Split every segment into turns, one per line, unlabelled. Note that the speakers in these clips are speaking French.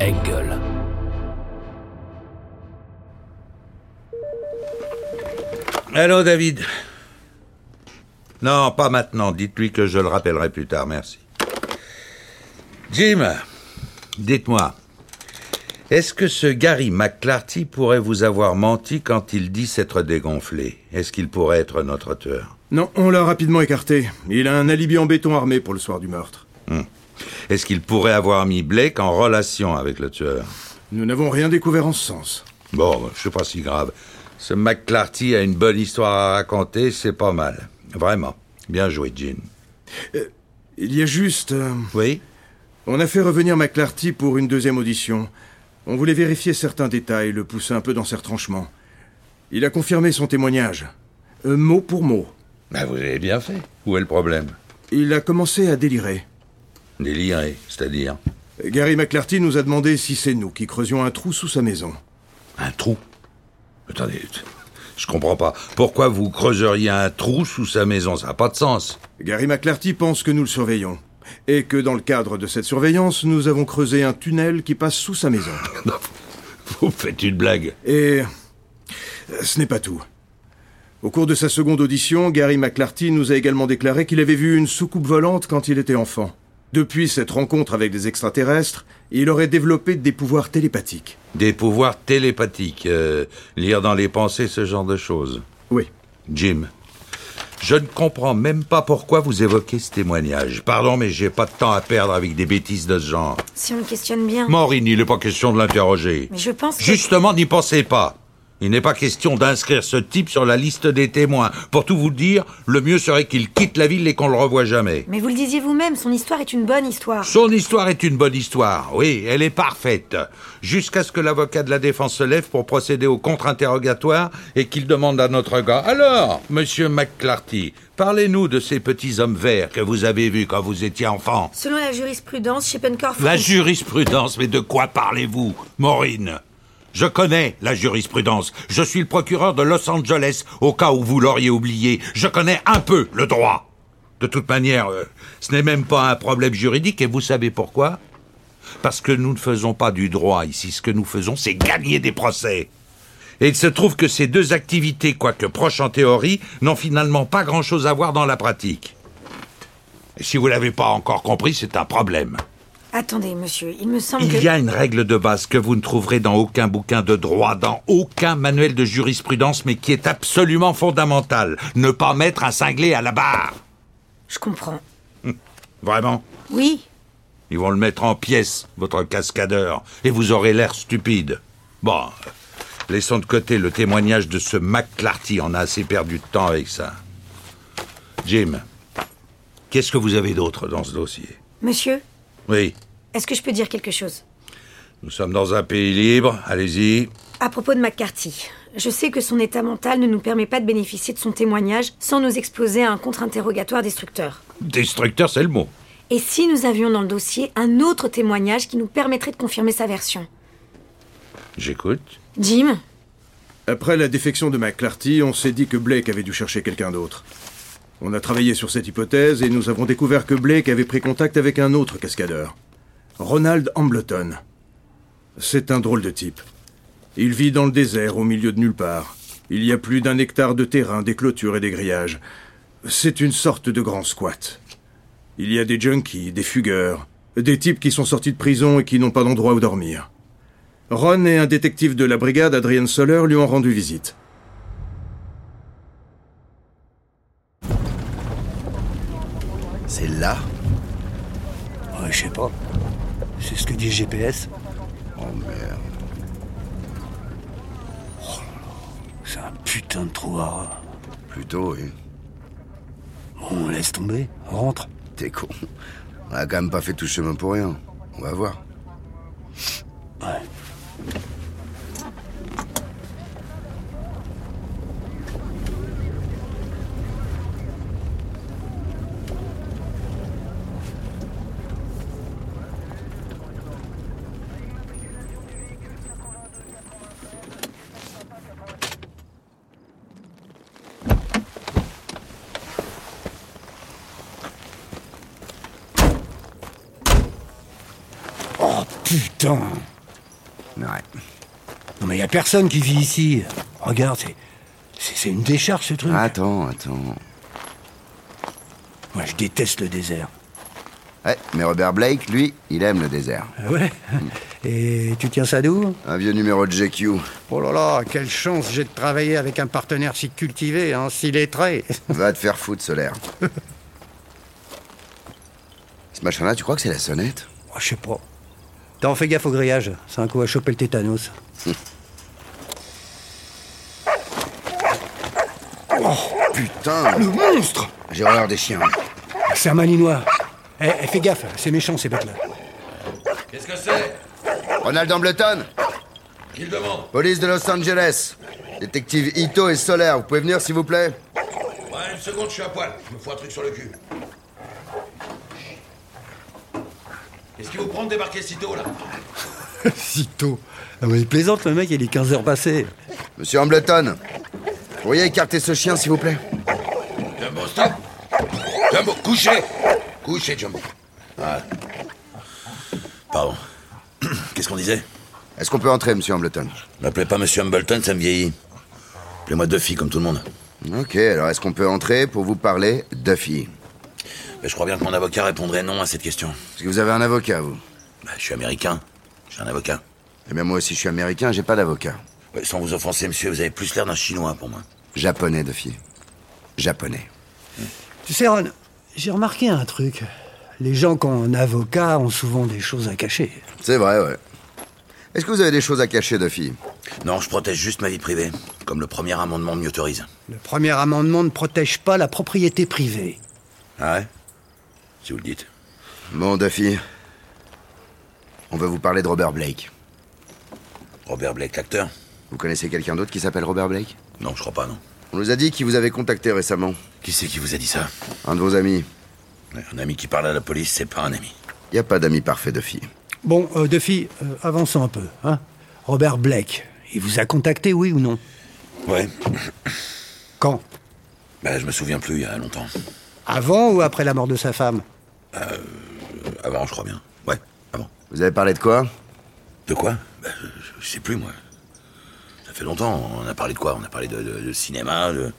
Engel.
Allô, David.
Non, pas maintenant. Dites-lui que je le rappellerai plus tard, merci.
Jim,
Dites-moi,
est-ce que ce Gary
McClarty pourrait vous avoir menti quand il dit s'être dégonflé. Est-ce qu'il pourrait être notre auteur
Non, on l'a rapidement écarté. Il a un alibi en béton armé pour le soir du meurtre.
Est-ce qu'il pourrait avoir mis Blake en relation avec le tueur
Nous n'avons rien découvert en ce sens.
Bon, je sais pas si grave. Ce McClarty a une bonne histoire à raconter, c'est pas mal. Vraiment. Bien joué, Jean.
Il y a juste... euh,
Oui
on a fait revenir McClarty pour une deuxième audition. On voulait vérifier certains détails, le pousser un peu dans ses retranchements. Il a confirmé son témoignage. Euh, mot pour mot.
Ben, vous avez bien fait. Où est le problème
Il a commencé à délirer.
Déliré, c'est-à-dire
Gary McClarty nous a demandé si c'est nous qui creusions un trou sous sa maison.
Un trou Attendez, je comprends pas. Pourquoi vous creuseriez un trou sous sa maison Ça n'a pas de sens.
Gary McClarty pense que nous le surveillons. Et que dans le cadre de cette surveillance, nous avons creusé un tunnel qui passe sous sa maison.
Vous faites une blague.
Et euh, ce n'est pas tout. Au cours de sa seconde audition, Gary McClarty nous a également déclaré qu'il avait vu une soucoupe volante quand il était enfant. Depuis cette rencontre avec les extraterrestres, il aurait développé des pouvoirs télépathiques.
Des pouvoirs télépathiques, euh, lire dans les pensées, ce genre de choses.
Oui.
Jim, je ne comprends même pas pourquoi vous évoquez ce témoignage. Pardon, mais j'ai pas de temps à perdre avec des bêtises de ce genre.
Si on le questionne bien.
Morini, il n'est pas question de l'interroger.
Mais je pense que-
Justement, n'y pensez pas. Il n'est pas question d'inscrire ce type sur la liste des témoins. Pour tout vous dire, le mieux serait qu'il quitte la ville et qu'on le revoie jamais.
Mais vous le disiez vous-même, son histoire est une bonne histoire.
Son histoire est une bonne histoire, oui, elle est parfaite. Jusqu'à ce que l'avocat de la défense se lève pour procéder au contre-interrogatoire et qu'il demande à notre gars Alors, monsieur McClarty, parlez-nous de ces petits hommes verts que vous avez vus quand vous étiez enfant.
Selon la jurisprudence, Sheppenkorf...
La jurisprudence, mais de quoi parlez-vous, Maureen Je connais la jurisprudence. Je suis le procureur de Los Angeles, au cas où vous l'auriez oublié. Je connais un peu le droit. De toute manière, euh, ce n'est même pas un problème juridique, et vous savez pourquoi Parce que nous ne faisons pas du droit ici. Ce que nous faisons, c'est gagner des procès. Et il se trouve que ces deux activités, quoique proches en théorie, n'ont finalement pas grand-chose à voir dans la pratique. Et si vous l'avez pas encore compris, c'est un problème.
Attendez, monsieur, il me semble que...
Il y a une règle de base que vous ne trouverez dans aucun bouquin de droit, dans aucun manuel de jurisprudence, mais qui est absolument fondamentale. Ne pas mettre un cinglé à la barre.
Je comprends.
Vraiment
Oui,
Ils vont le mettre en pièces, votre cascadeur, et vous aurez l'air stupide. Bon, euh, laissons de côté le témoignage de ce McClarty, on a assez perdu de temps avec ça. Jim, qu'est-ce que vous avez d'autre dans ce dossier
monsieur,
Oui,
est-ce que je peux dire quelque chose
nous sommes dans un pays libre, allez-y.
À propos de McCarthy, je sais que son état mental ne nous permet pas de bénéficier de son témoignage sans nous exposer à un contre-interrogatoire destructeur.
Destructeur, c'est le mot.
Et si nous avions dans le dossier un autre témoignage qui nous permettrait de confirmer sa version
J'écoute.
Jim,
Après la défection de McClarty, on s'est dit que Blake avait dû chercher quelqu'un d'autre. On a travaillé sur cette hypothèse et nous avons découvert que Blake avait pris contact avec un autre cascadeur. Ronald Hambleton. C'est un drôle de type. Il vit dans le désert, au milieu de nulle part. Il y a plus d'un hectare de terrain, des clôtures et des grillages. C'est une sorte de grand squat. Il y a des junkies, des fugueurs, des types qui sont sortis de prison et qui n'ont pas d'endroit où dormir. Ron et un détective de la brigade, Adrien Soler, lui ont rendu visite.
C'est là
Ouais, je sais pas. C'est ce que dit le GPS.
Oh merde.
Oh C'est un putain de trou à rats.
Plutôt, oui.
Bon, laisse tomber, rentre.
T'es con. On a quand même pas fait tout ce chemin pour rien. On va voir.
Ouais. Oh putain
Ouais.
Non, mais il a personne qui vit ici. Regarde, c'est. C'est c'est une décharge, ce truc.
Attends, attends.
Moi, je déteste le désert.
Ouais, Eh, mais Robert Blake, lui, il aime le désert.
Ah Ouais. Et tu tiens ça d'où
Un vieux numéro de GQ.
Oh là là, quelle chance j'ai de travailler avec un partenaire si cultivé, hein, si lettré.
Va te faire foutre, solaire. Ce machin-là, tu crois que c'est la sonnette
Oh, Je sais pas. T'en fais gaffe au grillage, c'est un coup à choper le tétanos.
Putain Ah, Le monstre J'ai horreur des chiens.
C'est un malinois. Eh, eh, fais gaffe, c'est méchant ces bêtes-là.
Qu'est-ce que c'est
Ronald Ambleton
Qu'il demande
Police de Los Angeles. Détective Ito et Solaire, vous pouvez venir s'il vous plaît
Ouais, une seconde, je suis à poil. Je me fous un truc sur le cul. Qu'est-ce qui vous prend de débarquer si tôt, là
Si tôt. Ah, mais il plaisante le mec, il est 15h passées.
Monsieur Ambleton, pourriez écarter ce chien s'il vous plaît
Jumbo, stop Jumbo, couché Couché, Jumbo.
Pardon. Qu'est-ce qu'on disait
Est-ce qu'on peut entrer, monsieur Ambleton
M'appelez pas Monsieur Humbleton, ça me vieillit. Appelez-moi Duffy, comme tout le monde.
Ok, alors est-ce qu'on peut entrer pour vous parler de filles
Mais je crois bien que mon avocat répondrait non à cette question.
Parce que vous avez un avocat, vous.
Bah, je suis américain. J'ai un avocat.
Eh bien, moi aussi, je suis américain, j'ai pas d'avocat.
Ouais, sans vous offenser, monsieur, vous avez plus l'air d'un Chinois pour moi.
Japonais, de filles. Japonais.
Tu sais, Ron, j'ai remarqué un truc. Les gens qui ont un avocat ont souvent des choses à cacher.
C'est vrai, ouais. Est-ce que vous avez des choses à cacher, Duffy
Non, je protège juste ma vie privée, comme le premier amendement m'y autorise.
Le premier amendement ne protège pas la propriété privée.
Ah ouais Si vous le dites.
Bon, Duffy, on veut vous parler de Robert Blake.
Robert Blake, l'acteur
Vous connaissez quelqu'un d'autre qui s'appelle Robert Blake
Non, je crois pas, non.
On nous a dit qu'il vous avait contacté récemment.
Qui c'est qui vous a dit ça
Un de vos amis.
Ouais, Un ami qui parle à la police, c'est pas un ami.
Y a pas d'ami parfait, Duffy.
Bon, euh, Duffy, euh, avançons un peu. Hein Robert Blake, il vous a contacté, oui ou non
Ouais.
Quand
Bah, je me souviens plus, il y a longtemps.
Avant ou après la mort de sa femme
Euh, Avant, je crois bien. Ouais, avant.
Vous avez parlé de quoi
De quoi Bah, je, je sais plus, moi. Ça fait longtemps. On a parlé de quoi On a parlé de, de- de cinéma, de-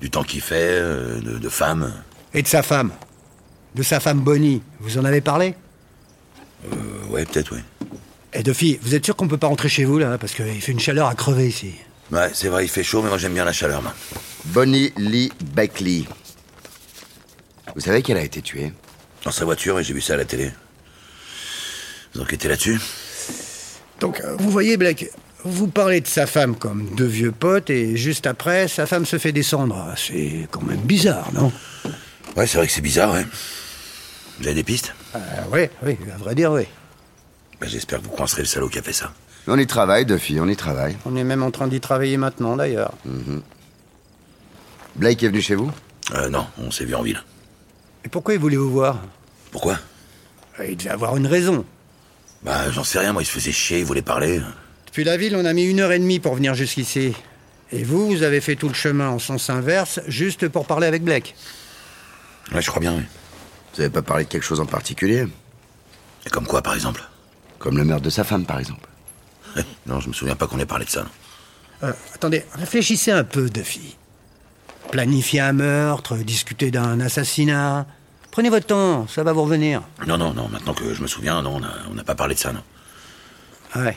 du temps qu'il fait, euh, de, de femmes.
Et de sa femme De sa femme Bonnie, vous en avez parlé
Euh, ouais, peut-être, ouais.
Et Duffy, vous êtes sûr qu'on peut pas rentrer chez vous, là Parce qu'il fait une chaleur à crever ici.
Ouais, c'est vrai, il fait chaud, mais moi j'aime bien la chaleur, moi.
Bonnie Lee Beckley. Vous savez qu'elle a été tuée
Dans sa voiture, et j'ai vu ça à la télé. Vous enquêtez là-dessus
Donc, euh, vous voyez, Blake, vous parlez de sa femme comme de vieux potes, et juste après, sa femme se fait descendre. Ah, C'est quand même bizarre, non
Ouais, c'est vrai que c'est bizarre, ouais. Vous avez des pistes
Oui, Euh, oui, à vrai dire, oui.
bah, J'espère que vous coincerez le salaud qui a fait ça.
On y travaille, Duffy, on y travaille.
On est même en train d'y travailler maintenant, d'ailleurs.
Blake est venu chez vous
Euh, non, on s'est vu en ville.
Et pourquoi il voulait vous voir
Pourquoi
Euh, Il devait avoir une raison.
Bah, j'en sais rien, moi, il se faisait chier, il voulait parler.
Depuis la ville, on a mis une heure et demie pour venir jusqu'ici. Et vous, vous avez fait tout le chemin en sens inverse, juste pour parler avec Blake.
Ouais, je crois bien, oui.
Vous avez pas parlé de quelque chose en particulier
Et comme quoi, par exemple Eh,
Comme le meurtre de sa femme, par exemple.
Non, je me souviens pas qu'on ait parlé de ça, non.
Euh, attendez, réfléchissez un peu, Duffy. Planifier un meurtre, discuter d'un assassinat. Prenez votre temps, ça va vous revenir.
Non, non, non, maintenant que je me souviens, non, on n'a on n'a pas parlé de ça, non.
Ah Ouais.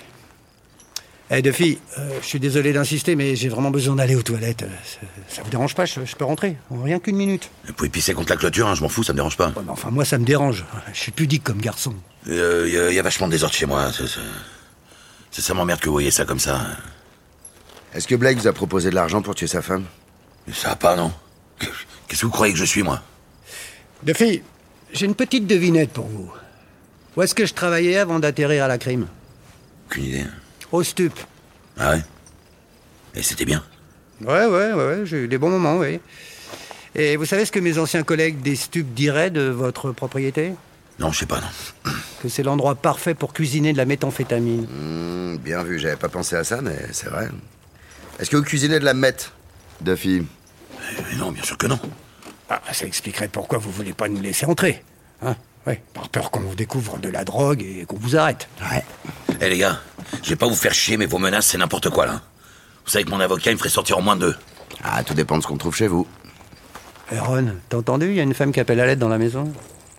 Eh, Duffy, euh, je suis désolé d'insister, mais j'ai vraiment besoin d'aller aux toilettes. Euh, Ça, ça vous dérange pas, je, je peux rentrer en Rien qu'une minute.
Vous pouvez pisser contre la clôture, hein, je m'en fous, ça me dérange pas.
Ouais, mais enfin, moi, ça me dérange. Je suis pudique comme garçon.
Il Euh, y, a- y a vachement de désordre chez moi. c'est- c'est- C'est ça m'emmerde que vous voyez ça comme ça.
Est-ce que Blake vous a proposé de l'argent pour tuer sa femme
Mais Ça va pas, non Qu'est-ce que vous croyez que je suis, moi
Duffy, j'ai une petite devinette pour vous. Où est-ce que je travaillais avant d'atterrir à la crime
Aucune idée.
Au stup.
Ah ouais Et c'était bien
Ouais, ouais, ouais, ouais, j'ai eu des bons moments, oui. Et vous savez ce que mes anciens collègues des stupes diraient de votre propriété
Non, je sais pas, non.
Que c'est l'endroit parfait pour cuisiner de la méthamphétamine.
Hmm, Bien vu, j'avais pas pensé à ça, mais c'est vrai. Est-ce que vous cuisinez de la mette, Duffy
Mais Euh, non, bien sûr que non.
Ah, ça expliquerait pourquoi vous voulez pas nous laisser entrer. Hein ouais, par peur qu'on vous découvre de la drogue et qu'on vous arrête.
Eh les gars, Je vais pas vous faire chier, mais vos menaces, c'est n'importe quoi, là. Vous savez que mon avocat, il me ferait sortir en moins de deux.
Ah, tout dépend de ce qu'on trouve chez vous.
Eh, Ron, t'as entendu Il y a une femme qui appelle à l'aide dans la maison.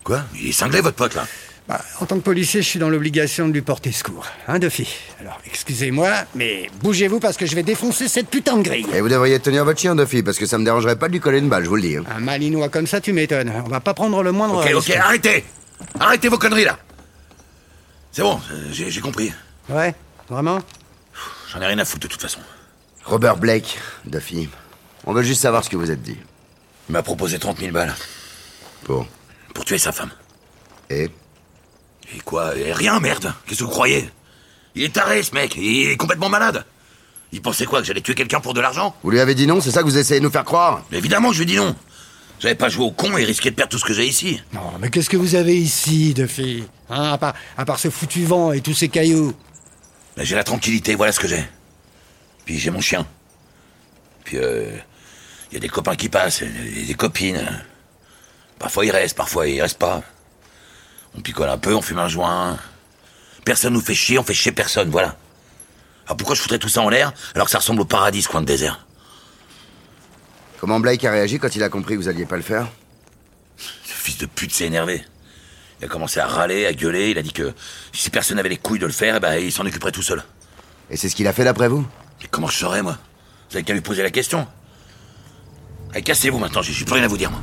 Quoi Il est cinglé, votre pote, là.
Bah, en tant que policier, je suis dans l'obligation de lui porter secours. Hein, Duffy Alors, excusez-moi, mais bougez-vous parce que je vais défoncer cette putain de grille.
Et vous devriez tenir votre chien, Duffy, parce que ça me dérangerait pas de lui coller une balle, je vous le dis. hein.
Un malinois comme ça, tu m'étonnes. On va pas prendre le moindre
Ok, ok,
risque.
arrêtez Arrêtez vos conneries, là C'est bon, euh, j'ai j'ai compris.
Ouais, vraiment
J'en ai rien à foutre, de toute façon.
Robert Blake, Duffy, on veut juste savoir ce que vous êtes dit.
Il m'a proposé 30 000 balles
Pour.
pour tuer sa femme.
Et
Et quoi Et rien, merde Qu'est-ce que vous croyez Il est taré, ce mec Il est complètement malade Il pensait quoi Que j'allais tuer quelqu'un pour de l'argent
Vous lui avez dit non, c'est ça que vous essayez de nous faire croire
Mais Évidemment que je lui dis non J'avais pas joué au con et risqué de perdre tout ce que j'ai ici.
Non, mais qu'est-ce que vous avez ici, Duffy Hein, à part, à part ce foutu vent et tous ces cailloux.
Mais Ben, j'ai la tranquillité, voilà ce que j'ai. Puis j'ai mon chien. Puis euh. Il y a des copains qui passent, et des copines. Parfois ils restent, parfois ils restent pas. On picole un peu, on fume un joint. Personne nous fait chier, on fait chier personne, voilà. Alors pourquoi je foutrais tout ça en l'air alors que ça ressemble au paradis ce coin de désert
Comment Blake a réagi quand il a compris que vous alliez pas le faire
Ce fils de pute s'est énervé. Il a commencé à râler, à gueuler. Il a dit que si personne n'avait les couilles de le faire, eh ben, il s'en occuperait tout seul.
Et c'est ce qu'il a fait d'après vous
Mais comment je saurais, moi Vous avez qu'à lui poser la question. Allez, cassez-vous maintenant, j'ai j'ai plus rien à vous dire, moi.